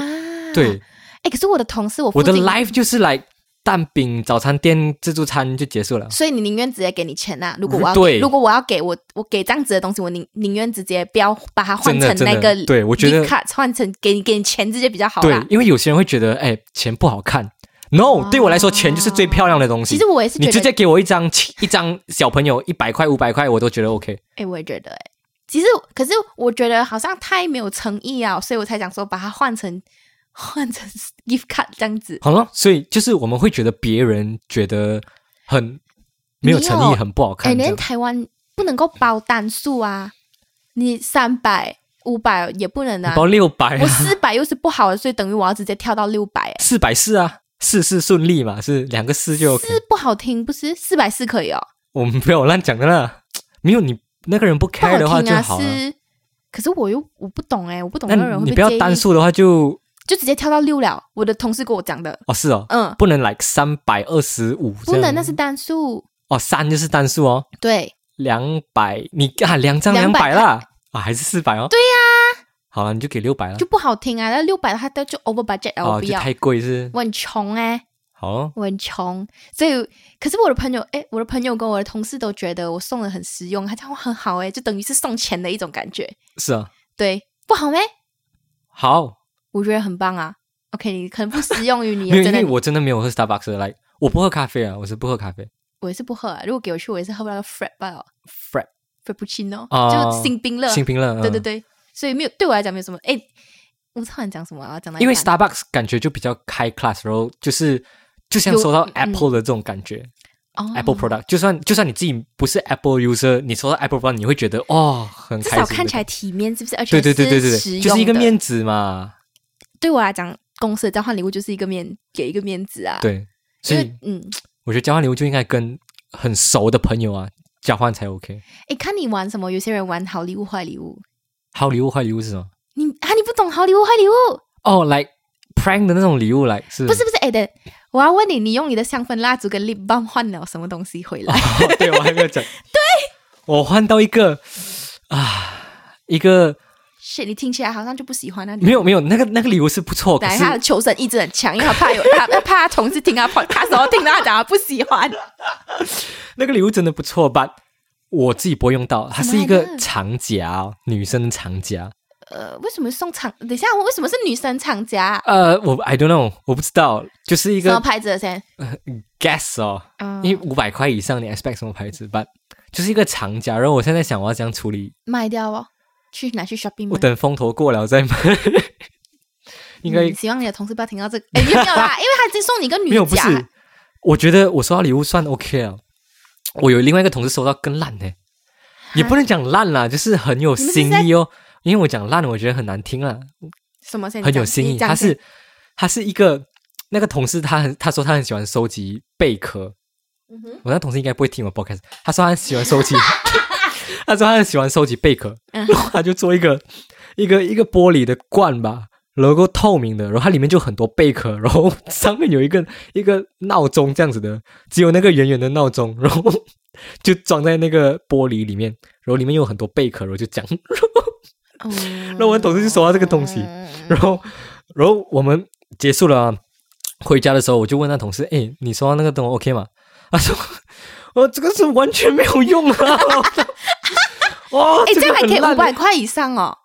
S1: 对，，
S2: 哎，可是我的同事，我附
S1: 我的
S2: 近
S1: life 就是来蛋饼早餐店自助餐就结束了。
S2: 所以你宁愿直接给你钱呐、如果我要
S1: 嗯对
S2: 如果我要给我我给这样子的东西，我宁宁愿直接不要把它换成
S1: 真的
S2: 那
S1: 真
S2: 个
S1: 的对我觉得
S2: card 换成给你给你钱直接比较好
S1: 对
S2: 啦，。
S1: 因为有些人会觉得，哎，钱不好看。No，、
S2: 啊
S1: 对我来说，钱就是最漂亮的东西。
S2: 其实我也是
S1: 你
S2: 觉
S1: 直
S2: 得，
S1: 接给我一张七一张小朋友一百块五百块，我都觉得 OK。
S2: 哎，我也觉得、哎，其实可是我觉得好像太没有诚意啊，所以我才想说把它换成换成 gift card 这样子。
S1: 好了，所以就是我们会觉得别人觉得很没有诚
S2: 没
S1: 意，
S2: 有
S1: 很不好
S2: 哎，
S1: 看。这
S2: 连
S1: 样
S2: 台湾不能够包单数啊，你三百五百也不能啊
S1: 你，包六百、
S2: 我
S1: 啊，
S2: 四百又是不好的，所以等于我要直接跳到六百、哎。
S1: 四百四啊，事事顺利嘛，是两个四就 OK。
S2: 是不好听，不是四百四可以哦，
S1: 我们不要乱讲的啦，没有你那个人不
S2: 不
S1: care 的
S2: 好
S1: 话
S2: 听
S1: 就
S2: 啊
S1: 好了。
S2: 是。可是我又我不懂哎、我不懂
S1: 那
S2: 那个人会
S1: 你
S2: 会
S1: 不要
S2: 介意
S1: 单，数的话就
S2: 就直接跳到六了。我的同事跟我讲的，
S1: 哦是哦，
S2: 嗯，
S1: 不能啊 like 三百二十五，
S2: 不能那是单数，
S1: 哦三就是单数哦。
S2: 对，
S1: 两百，你啊两张两
S2: 200
S1: 百啦，啊还是四百哦？对呀、好了，你就给六百了
S2: 就。不好听啊。那六百它都就 over budget 了，我
S1: 哦，
S2: 不
S1: 就
S2: 要。
S1: 太贵是？
S2: 我很穷哎、
S1: 好哦，
S2: 我很穷，所以可是我的朋友哎，我的朋友跟我的同事都觉得我送的很实用，他讲哇很好哎，就等于是送钱的一种感觉。
S1: 是啊，
S2: 对，不好咩？
S1: 好，
S2: 我觉得很棒啊。OK，你可能不适用于你，啊
S1: 没有，
S2: 真
S1: 因
S2: 的
S1: 为，我真的没有喝 Starbucks 的，来，我不喝咖啡啊，我是不喝咖啡。
S2: 我也是不喝啊。如果给我去，我也是喝不到 frat 吧哦
S1: Fred，
S2: ，frappuccino，、
S1: 哦
S2: 就新冰乐。
S1: 新冰乐，嗯
S2: 对对，对，所以没有对我来讲没有什么。哎，我突然讲什么啊？讲到一
S1: 因为
S2: 半
S1: Starbucks 感觉就比较开 class，然后就是就像
S2: 有
S1: 收到
S2: 嗯
S1: Apple 的这种感觉
S2: 哦
S1: ，Apple product，就算就算你自己不是 Apple user，你收到 Apple product，你会觉得哦，很
S2: 至
S1: 开
S2: 少
S1: 心，
S2: 看起来体面，是不是？而且
S1: 对对对对对
S2: 实
S1: 对，
S2: 用
S1: 就是一个
S2: 的。啊
S1: 面子嘛，
S2: 对我来讲，公司的交换礼物就是一个面，给一个面子啊。，
S1: 对，所以
S2: 嗯，
S1: 我觉得交换礼物就应该跟很熟的朋友啊交换才 OK。
S2: 哎，看你玩什么，有些人玩好礼物、坏礼物，
S1: 好礼物坏礼物是什么？
S2: 你啊，你不懂好礼物、坏礼物，
S1: 哦、来 prank 的那种礼物来是
S2: 不是？不是，哎的，我要问你，你用你的香氛蜡烛跟 lip balm 换了什么东西回来？
S1: 哦对我还没
S2: *laughs*
S1: 有讲，对，我换到一个啊，一个
S2: 是、你听起来好像就不喜欢那
S1: 没
S2: 里。
S1: 有没有那个那个礼物是不错，可
S2: 来，
S1: 是
S2: 他的求生意志很强，因为他怕有他他怕他同事听他 podcast 时候听到他讲他不喜
S1: *laughs*
S2: 欢。
S1: 那个礼物真的不错吧？我自己不会用到，它
S2: 什么
S1: 是一
S2: 来
S1: 个
S2: 着
S1: 长夹哦，女生长夹。
S2: 呃，为什么送厂？等一下，为什么是女生厂家啊？
S1: 呃，我 I don't know，我不知道，就是一
S2: 什么
S1: 个
S2: 牌子的先？
S1: guess 哦，
S2: 嗯
S1: 因为五百块以上，你 expect 什么牌子？But 就是一个长夹，然后我现在想我要怎样处理，
S2: 卖掉哦，去拿去 shopping
S1: 我
S2: 买。
S1: 等风头过了再买。 *laughs* 应该
S2: 嗯希望你的同事不要听到这个，哎，没有啦，
S1: *laughs*
S2: 因为他已经送你一个女
S1: 没有，不
S2: 甲，
S1: 是，我觉得我收到礼物算 OK 了。我有另外一个同事收到更烂的，也不能讲烂啦，就是很有
S2: 你们是
S1: 新
S2: 在
S1: 意哦。因为我讲烂，我觉得很难听啦，
S2: 什么先
S1: 很有
S2: 你
S1: 新
S2: 讲
S1: 意。
S2: 你讲
S1: 他
S2: 先
S1: 是他是一个那个同事，他很他说他很喜欢收集贝壳。
S2: 嗯哼
S1: 我那同事应该不会听我 podcast。他说他很喜
S2: *laughs*
S1: 欢收集，他说他很喜欢收集贝壳，
S2: 嗯
S1: 然后他就做一个一个一个玻璃的罐吧，然后够透明的，然后它里面就很多贝壳，然后上面有一个一个闹钟这样子的，只有那个圆圆的闹钟，然后就装在那个玻璃里面，然后里面有很多贝壳，然后就讲， *laughs*
S2: 嗯
S1: 那我的同事就收到这个东
S2: 哦
S1: 西 *laughs* 然后然后我们结束了啊、回家的时候，我就问那同事：“哎，你收到那个东西 OK 吗？”他说：“我、这个是完全没有用啊。” *laughs* 哦，
S2: 哎，这
S1: 个
S2: 样还
S1: 很
S2: 可以
S1: 烂
S2: 五百块以上哦，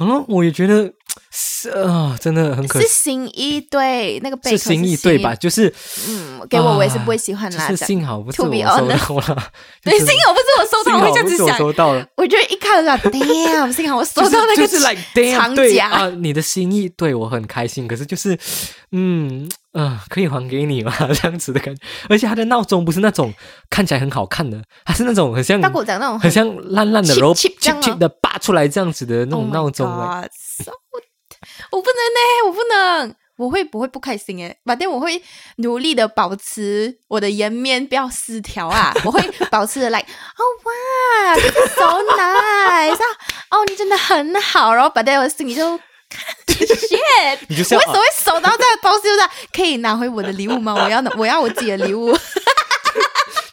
S1: 嗯，我也觉得是啊，真的很可
S2: 是
S1: 惜，
S2: 新意对那个贝壳
S1: 是心意对吧？？就是
S2: 嗯，给我我也是不会喜欢
S1: 就
S2: 啦，
S1: 是
S2: 讲
S1: 幸好不是
S2: To
S1: 我
S2: be
S1: 收到了， *laughs*
S2: 对，
S1: 就是
S2: 幸好不是我收到，
S1: 幸
S2: 我会
S1: 好
S2: 这样
S1: 不
S2: 子
S1: 是我
S2: 想，
S1: 收到了。
S2: 我就一看到 damn，幸好我收
S1: 就是
S2: 到那
S1: 就
S2: 个
S1: 是 like damn，
S2: 长
S1: 对
S2: 夹
S1: 啊，你的心意对我很开心，可是就是，嗯呃，可以还给你吗？ *laughs* 这样子的感觉，而且它的闹钟不是那种看起来很好看的，它是那种很像
S2: 大果讲那种
S1: 很像烂烂的，
S2: cheap-
S1: 然后
S2: cheap 这样
S1: cheap
S2: 哦
S1: cheap 的拔出来这样子的那种闹钟
S2: Oh
S1: 来。
S2: my God, so- *laughs* 我不能呢，我不能，我会不会不开心哎？反正我会努力的保持我的颜面不要失调
S1: *laughs*
S2: 啊！我会保持的 like，哦哇，这个 so nice 啊！哦，你真的很好，然后反正我心里就。shit！
S1: 你就
S2: 我
S1: 像
S2: 为什
S1: 啊
S2: 么会收到这个东西？就是可以拿回我的礼物吗？我要拿，我要我自己的
S1: *laughs*
S2: 礼物。啊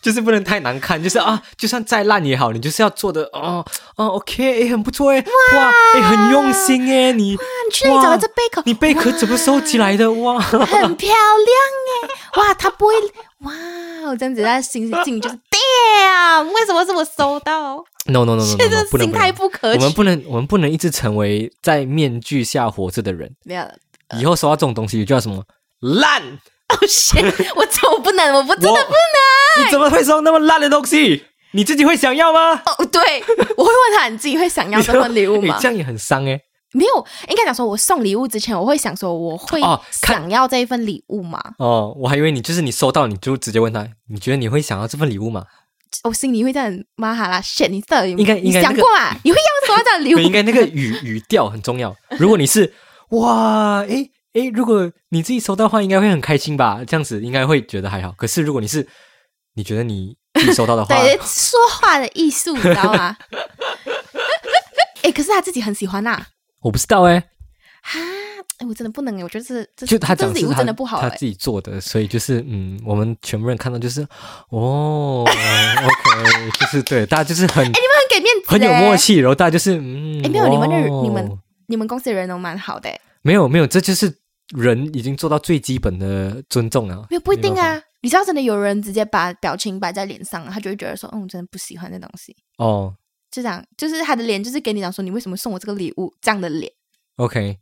S1: 就是不能太难看，就是啊，就算再烂也好，你就是要做的哦哦，OK，哎，很不错哎，哇，哎，很用心哎，你
S2: 你去哪里找
S1: 哇
S2: 到这贝壳？
S1: 你贝壳怎么收集来的？哇， *laughs*
S2: 很漂亮哎！哇，他不会哇，我这样子，他心境就是 damn，为什么是我收到？
S1: no no no no，, no,
S2: 这个
S1: no 不能
S2: 心
S1: 不能
S2: 态不可
S1: 我
S2: 取
S1: 们。不能，我们不能一直成为在面具下活着的人。
S2: 没有了，
S1: 以后收到这种东西，就叫什么烂？
S2: 哦天，我走不能，我不真
S1: *laughs*
S2: 的
S1: 我你怎么会收那么烂的东西？你自己会想要吗？
S2: 哦，对，我会问他，你自己会想要这份礼物
S1: *laughs* 你
S2: 吗
S1: 这？样也很伤哎、
S2: 没有，应该讲说，我送礼物之前，我会想说，我会
S1: 哦看
S2: 想要这一份礼物吗？
S1: 哦，我还以为你就是你收到你就直接问他，你觉得你会想要这份礼物吗？
S2: 我心里会这样，妈哈啦，shit，你到底有
S1: 应该
S2: 你
S1: 应该那
S2: 想
S1: 个
S2: 过吗？你会要收到这样的礼物
S1: 对，？应该那个语语调很重要。如果你是哇，诶诶，如果你自己收到的话，应该会很开心吧？这样子应该会觉得还好。可是如果你是你觉得你自己收到的
S2: *laughs*
S1: 话，
S2: 对，说话的艺术，你知道
S1: *laughs*
S2: 吗？哎、可是他自己很喜欢呐、
S1: 我不知道哎、
S2: 哈，哎，我真的不能，我觉得这这
S1: 就他讲
S2: 这礼物
S1: 他
S2: 真的不好
S1: 他
S2: 哎
S1: 自。己做的，所以就是嗯，我们全部人看到就是哦，OK，就是 *laughs* 对，大家就是很
S2: 他很给面子，
S1: 很有默。契，然后大家就是嗯，
S2: 哎没有你们的人你们
S1: 哦
S2: 你们公司的人都蛮好的欸，
S1: 没有没有，这就是人已经做到最基本的尊重了。
S2: 没有不一定
S1: 没办
S2: 啊。你知道，真的有人直接把表情摆在脸上，他就会觉得说，嗯，我真的不喜欢这东西。
S1: 哦
S2: 就这样，就是他的脸，就是给你讲说，你为什么送我这个礼物这样的脸。
S1: ，OK，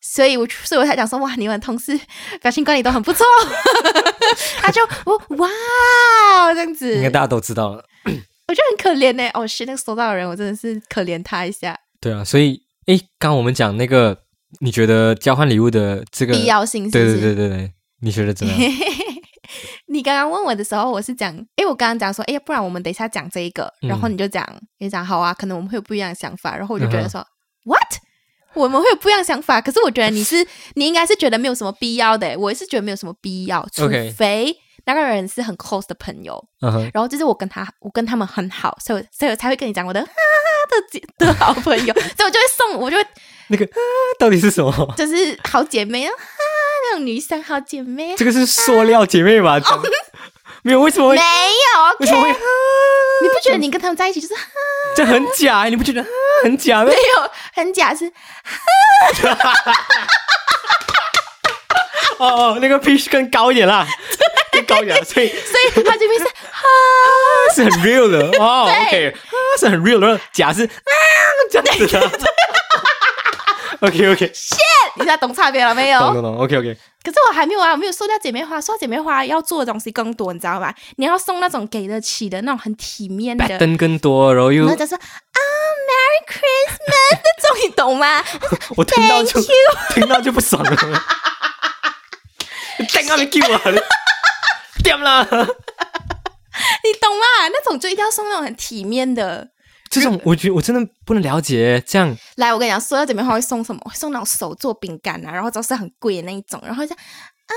S2: 所以我所以我才讲说，哇，你们同事表情管理都很不错。 *laughs* 他就我哇这样子，
S1: 应该大家都知道了。
S2: 我觉得很可怜呢、哦，是那个收到的人，我真的是可怜他一下。
S1: 对啊，所以诶，刚刚我们讲那个，你觉得交换礼物的这个
S2: 必要性是不
S1: 对
S2: 是？
S1: 对对对对，你觉得怎么样？
S2: 你刚刚问我的时候，我是讲，诶，我刚刚讲说，哎，不然我们等一下讲这一个，
S1: 嗯
S2: 然后你就讲，你讲好啊，可能我们会有不一样的想法，然后我就觉
S1: 嗯
S2: 得
S1: 哼
S2: 说、what。我们会有不一样的想法，可是我觉得你是 *laughs* 你应该是觉得没有什么必要的，欸我也是觉得没有什么必要，除
S1: OK
S2: 非那个人是很 close 的朋友，
S1: 嗯哼，
S2: 然后就是我跟他，我跟他们很好，所以我所以我才会跟你讲我的 *laughs* 哈哈的的好朋友，所以我就会送，我就会
S1: 那个、啊、到底是什么？
S2: 就是好姐妹啊，哈那种女生好姐妹啊，
S1: 这个是塑料姐妹吧？讲哦没有，为什么会
S2: 没有
S1: 为
S2: OK，
S1: 什么会啊 *laughs*
S2: 你不觉得你跟他们在一起就是哈
S1: 这很假、你不觉得啊很假吗？
S2: 没有很假是？
S1: 哦哦，那个 pitch 更高一点啦，更高一点啦，所以
S2: 所以他这边是哈，
S1: 是很 real 的哦。OK，啊是很 real 的，然后假是啊这样子的。OK OK，
S2: 你现在懂差别了没有？
S1: 懂懂懂，OK OK，
S2: 可是我还没有啊，我没有收到姐妹花，收到姐妹花要做的东西更多，你知道吗？你要送那种给得起的那种很体面的
S1: 拜，登更多，然后又
S2: 然后再说啊，Merry Christmas 那种，你懂吗？
S1: 我听到就
S2: Thank
S1: 听到就不爽 *laughs* 了，在那边 Q *laughs* 啊，点啦！
S2: 你懂吗？那种就一定要送那种很体面的。
S1: 这种我觉得我真的不能了解，这样
S2: 来，我跟你讲，说到姐妹花会送什么？会送那种手做饼干啊，然后都是很贵的那一种，然后就啊、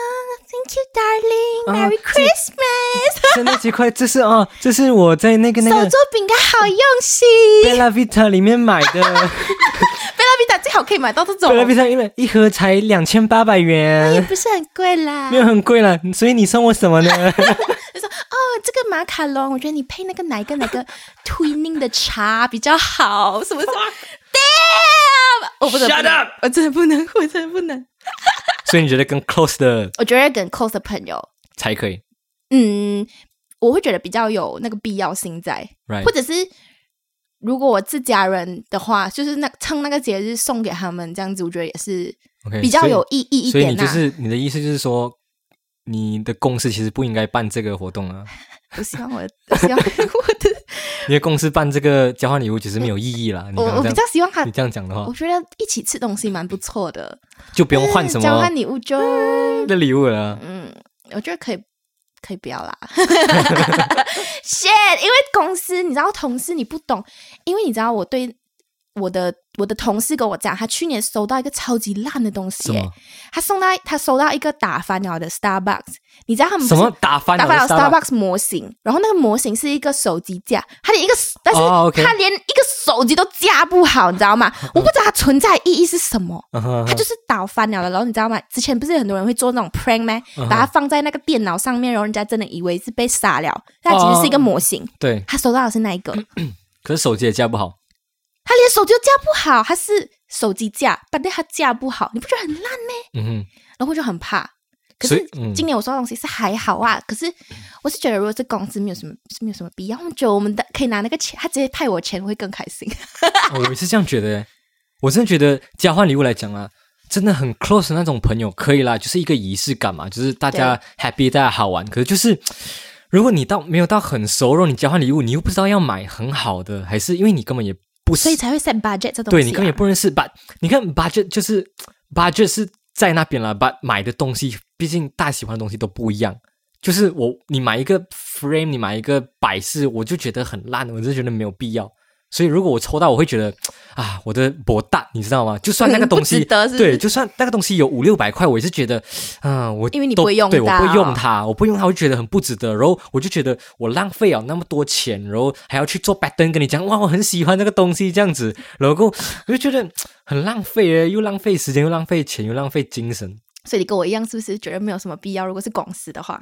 S2: t h a n k you, darling,
S1: 啊
S2: Merry
S1: 这
S2: Christmas，、
S1: 真的几块，这是啊，这是我在那个那
S2: 手
S1: 个
S2: 做饼干好用心。
S1: Bella Vita 里面买
S2: *laughs*
S1: 的
S2: 贝拉比达最好可以买到这种，
S1: ，Bella Vita 因为一盒才两千八百
S2: 也
S1: 元，
S2: 不是很贵啦。哦
S1: 没有很贵了，所以你送我什么
S2: *laughs*
S1: 呢？
S2: 就说哦，这个马卡龙，我觉得你配那个哪一个哪
S1: *laughs*
S2: 个 Twinning 的茶比较好，什么什么。Damn！我不能
S1: Shut
S2: 不能
S1: up
S2: 我真的不能，我真的不能。
S1: 所以你觉得更 close 的
S2: 我觉得跟 close 的朋友
S1: 才可以
S2: 嗯，我会觉得比较有那个必要性在，
S1: ，right？
S2: 或者是如果我自家人的话，就是那趁那个节日送给他们这样子，我觉得也是
S1: OK，
S2: 比较
S1: 所以
S2: 有意义一
S1: 所以
S2: 点
S1: 你
S2: 啦、
S1: 就是你的意思就是说，你的公司其实不应该办这个活动啊。
S2: 我希望我，我
S1: *laughs*
S2: 希望我的，
S1: 因为公司办这个交换礼物其实没有意义啦。你
S2: 我
S1: 刚
S2: 我
S1: 刚这
S2: 比
S1: 样
S2: 较希望他
S1: 你。这样讲的话
S2: 我，觉得一起吃东西蛮不错的，
S1: 就不用换
S2: 嗯
S1: 什
S2: 交
S1: 么
S2: 换礼物就，
S1: 的礼物了啊。
S2: 嗯，我觉得可以，可以不要啦。shit，因为公司你知道，同事你不懂，因为你知道我对我的我的同事跟我讲，他去年收到一个超级烂的东西
S1: 什
S2: 耶、
S1: 么
S2: 他送到他收到一个打翻了的 Starbucks，你知道他们不
S1: 什
S2: 是
S1: 么打翻
S2: 嗯打翻了
S1: 了 Starbucks？
S2: Starbucks 模型，然后那个模型是一个手机架，他连一个，但是
S1: 哦，OK
S2: 他连一个手机都架不好，你知道吗？我不知道它存在的意义是什么。
S1: 嗯哼
S2: 它就是倒翻了的。然后你知道吗？之前不是很多人会做那种 prank 吗？
S1: 嗯哼
S2: 把它放在那个电脑上面，然后人家真的以为是被杀了，但它其实是一个模型。
S1: *laughs* 对，
S2: 他收到的是那一个，
S1: 可是手机也架不好。
S2: 他连手机都架不好，他是手机架，但是他架不好，你不觉得很烂吗？
S1: 嗯哼，
S2: 然后我就很怕。可
S1: 所以
S2: 是
S1: 嗯
S2: 今年我收到的东西是还好啊，可是我是觉得如果这公司没有什么是没有什么必要，我们觉得我们的可以拿那个钱，他直接派我钱我会更开
S1: *laughs*
S2: 心。
S1: 哦我也是这样觉得欸。我真的觉得交换礼物来讲啊，真的很 close 的那种朋友可以啦，就是一个仪式感嘛，就是大家 happy，大家好玩。可是就是。如果你到没有到很熟，然后你交换礼物，你又不知道要买很好的，还是因为你根本也不
S2: 所
S1: 是
S2: 以才会 set budget 这东西、啊。
S1: 对你根本也不认识。把你看 budget 就是 budget 是在那边了，把买的东西，毕竟大家喜欢的东西都不一样。就是我，你买一个 frame，你买一个摆饰，我就觉得很烂，我就觉得没有必要。所以如果我抽到，我会觉得啊，我的博大，你知道吗？就算那个东西
S2: *laughs* 不值得是不是
S1: 对，就算那个东西有五六百块，我也是觉得，嗯、我
S2: 因为你
S1: 都
S2: 不会用
S1: 对我不会
S2: 到
S1: 用它，我不用它，我就觉得很不值得。然后我就觉得我浪费了那么多钱，然后还要去做拜登跟你讲，哇，我很喜欢这个东西这样子，然后我就觉得很浪费耶，又浪费时间，又浪费钱，又浪费精神。
S2: 所以你跟我一样，是不是觉得没有什么必要？如果是公司的话，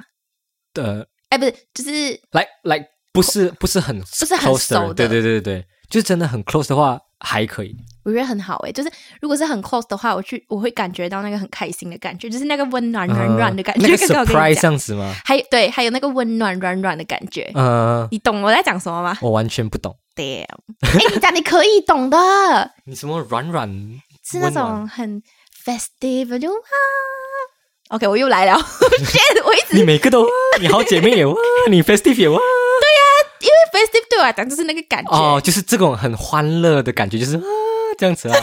S1: 呃，
S2: 哎，不是，就是
S1: 来来，不是不是很
S2: 不是很
S1: close 的人
S2: 熟的
S1: 对对对对对，就真的很 close 的话还可以。
S2: 我觉得很好诶、就是如果是很 close 的话，我去我会感觉到那个很开心的感觉，就是那个温暖软软的感觉。
S1: 呃那个
S2: 刚刚我跟你
S1: surprise 这
S2: 讲，
S1: 样子吗？
S2: 还有对，还有那个温暖软软的感觉。
S1: 呃，
S2: 你懂我在讲什么吗
S1: 我完全不懂。 *laughs*
S2: ？Damn！哎、你讲你可以懂的，
S1: 你什么软软？
S2: 是那
S1: 温
S2: 种
S1: 暖
S2: 很 festive 就啊。OK，我又来了 *laughs* ，shit！我一直
S1: 你每
S2: *laughs*
S1: 个都，你好姐妹也哇，你 festive 也哇，
S2: 因为 festive 对我来讲就是那个感觉。
S1: 哦，就是这种很欢乐的感觉，就是啊这样子
S2: *laughs*
S1: 啊，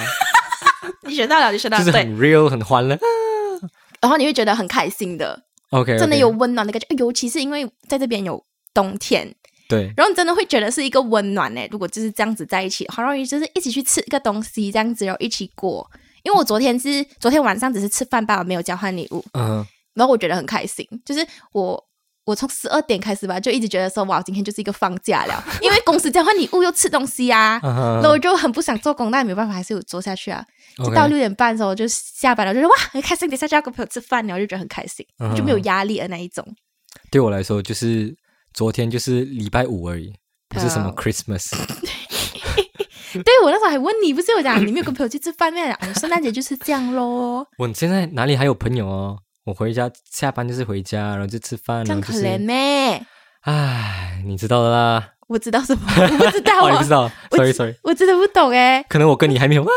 S2: 你学到了，你学到了，
S1: 就是
S2: 对。
S1: 很 real 很欢乐。
S2: 然后你会觉得很开心的，
S1: OK，
S2: 真的有温暖的感觉，尤其是因为在这边有冬天，
S1: 对，
S2: 然后你真的会觉得是一个温暖欸呢、如果就是这样子在一起的话，然后你就是一起去吃一个东西，这样子然后一起过。因为我昨天是昨天晚上只是吃饭罢了，没有交换礼物，
S1: 嗯
S2: 然后我觉得很开心，就是我。我从十二点开始吧，就一直觉得说哇，今天就是一个放假
S1: *laughs*
S2: 了，因为公司交换礼物又吃东西啊，
S1: 嗯
S2: 然
S1: 哼
S2: 后我就很不想做工，但也没办法，还是有做下去啊。就到
S1: ，OK，
S2: 六点半的时候，我就下班了，我就觉得哇，很开心，等一下就要跟朋友吃饭了，我就觉得很开心，
S1: 嗯
S2: 就没有压力的那一种。
S1: 对我来说就是昨天就是礼拜五而已，不是什么
S2: 哦
S1: Christmas。
S2: *laughs* 对我那时候还问你，不是我讲你没有 *laughs* 跟朋友去吃饭面，哦圣诞节就是这样咯，
S1: 我现在哪里还有朋友哦？我回家下班就是回家，然后就吃饭，
S2: 这
S1: 然
S2: 样
S1: 后嗯
S2: 可
S1: 就是，
S2: 怜咩？
S1: 唉，你知道的啦。
S2: 我知道什么，我不知道
S1: *laughs* 哦，你不
S2: 啊
S1: 知，道
S2: *laughs* 我
S1: ，sorry
S2: 知
S1: sorry，
S2: 我真的不懂哎。
S1: 可能我跟你还没有啊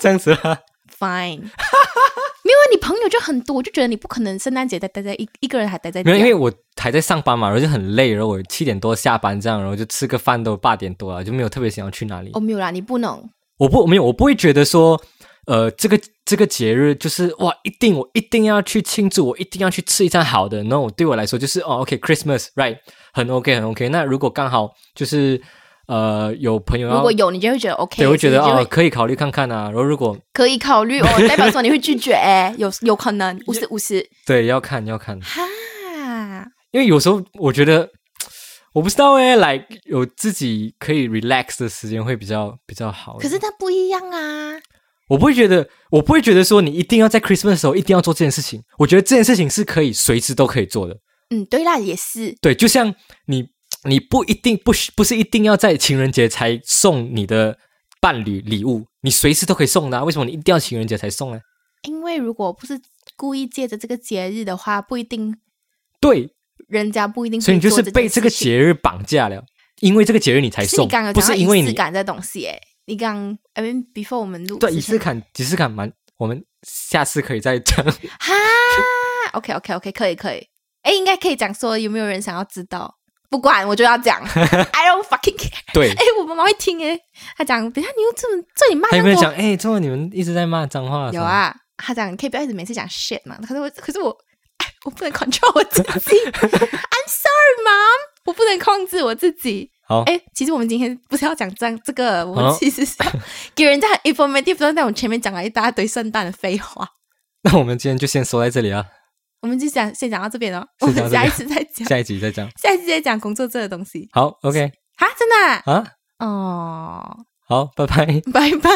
S1: 这样子
S2: *laughs*
S1: 啊。
S2: Fine，没有啊，你朋友就很多，我就觉得你不可能圣诞节待待在一一个人还待在
S1: 没
S2: 家
S1: 有，因为我还在上班嘛，然后就很累，然后我七点多下班这样，然后就吃个饭都八点多了，就没有特别想要去哪里。
S2: 哦，没有啦，你不能。
S1: 我不没有，我不会觉得说，呃，这个这个节日就是哇，一定我一定要去庆祝，我一定要去吃一餐好的。那我对我来说就是哦，OK，Christmas，right，、很 OK，很 OK。那如果刚好就是呃有朋友
S2: 如
S1: 要
S2: 果，有，你就会觉得 OK，
S1: 对，我会觉得
S2: 所以你
S1: 哦
S2: 就会
S1: 可以考虑看看啊。然后如果
S2: 可以考
S1: *laughs*
S2: 虑哦，代表说你会拒绝欸，有有可能五十五十
S1: 对要看要看，
S2: 哈。
S1: 因为有时候我觉得我不知道哎，like 有自己可以 relax 的时间会比较比较好。
S2: 可是它不一样啊，
S1: 我不会觉得，我不会觉得说你一定要在 Christmas 的时候一定要做这件事情。我觉得这件事情是可以随时都可以做的。
S2: 嗯，对啦，也是，
S1: 对，就像你，你不一定不是不是一定要在情人节才送你的伴侣礼物，你随时都可以送的、啊。为什么你一定要情人节才送呢？
S2: 因为如果不是故意借着这个节日的话，不一定
S1: 对，
S2: 人家不一定会
S1: 所以你就
S2: 做
S1: 是
S2: 件
S1: 被这个
S2: 事情。
S1: 节日绑架了，因为这个节日你才
S2: 可是
S1: 送
S2: 你刚刚，有
S1: 不
S2: 讲到
S1: 是因为
S2: 仪式
S1: 你
S2: 感这东西诶，你刚 I mean before 我们录
S1: 对
S2: 之
S1: 仪式
S2: 前
S1: 感，仪式感蛮，我们下次可以再讲。
S2: 哈，OK OK OK 可以可以，哎，应该可以讲说有没有人想要知道？不管我就要
S1: *laughs*
S2: 讲，I don't fucking care。
S1: 对，
S2: 哎，我妈妈会听哎，她讲，等一下你又这么这里骂
S1: 他
S2: 那
S1: 有
S2: 么
S1: 没有
S2: 多
S1: 讲？哎、欸，中文你们一直在骂脏话，
S2: 有，啊，他讲你可以不要一直每次讲 shit 嘛。可是我，可是我，哎我不能 *laughs* control 我自己。I'm sorry, mom，我不能控制我自己。
S1: 好，
S2: 哎、其实我们今天不是要讲这样这个，我们
S1: 好
S2: 其实是要 *laughs* 给人家很 informative，但是我们前面讲了一大堆圣诞的废话。
S1: 那我们今天就先说在这里啊，
S2: 我们就讲先讲到这边哦，我
S1: 先讲
S2: 们
S1: 到这
S2: 下一
S1: 边
S2: 次再讲，
S1: 下一集再讲。
S2: 下一次再讲工作这个东西。
S1: 好，OK
S2: 哈，真的啊、
S1: 啊，
S2: 哦，
S1: 好，拜拜。
S2: 拜拜。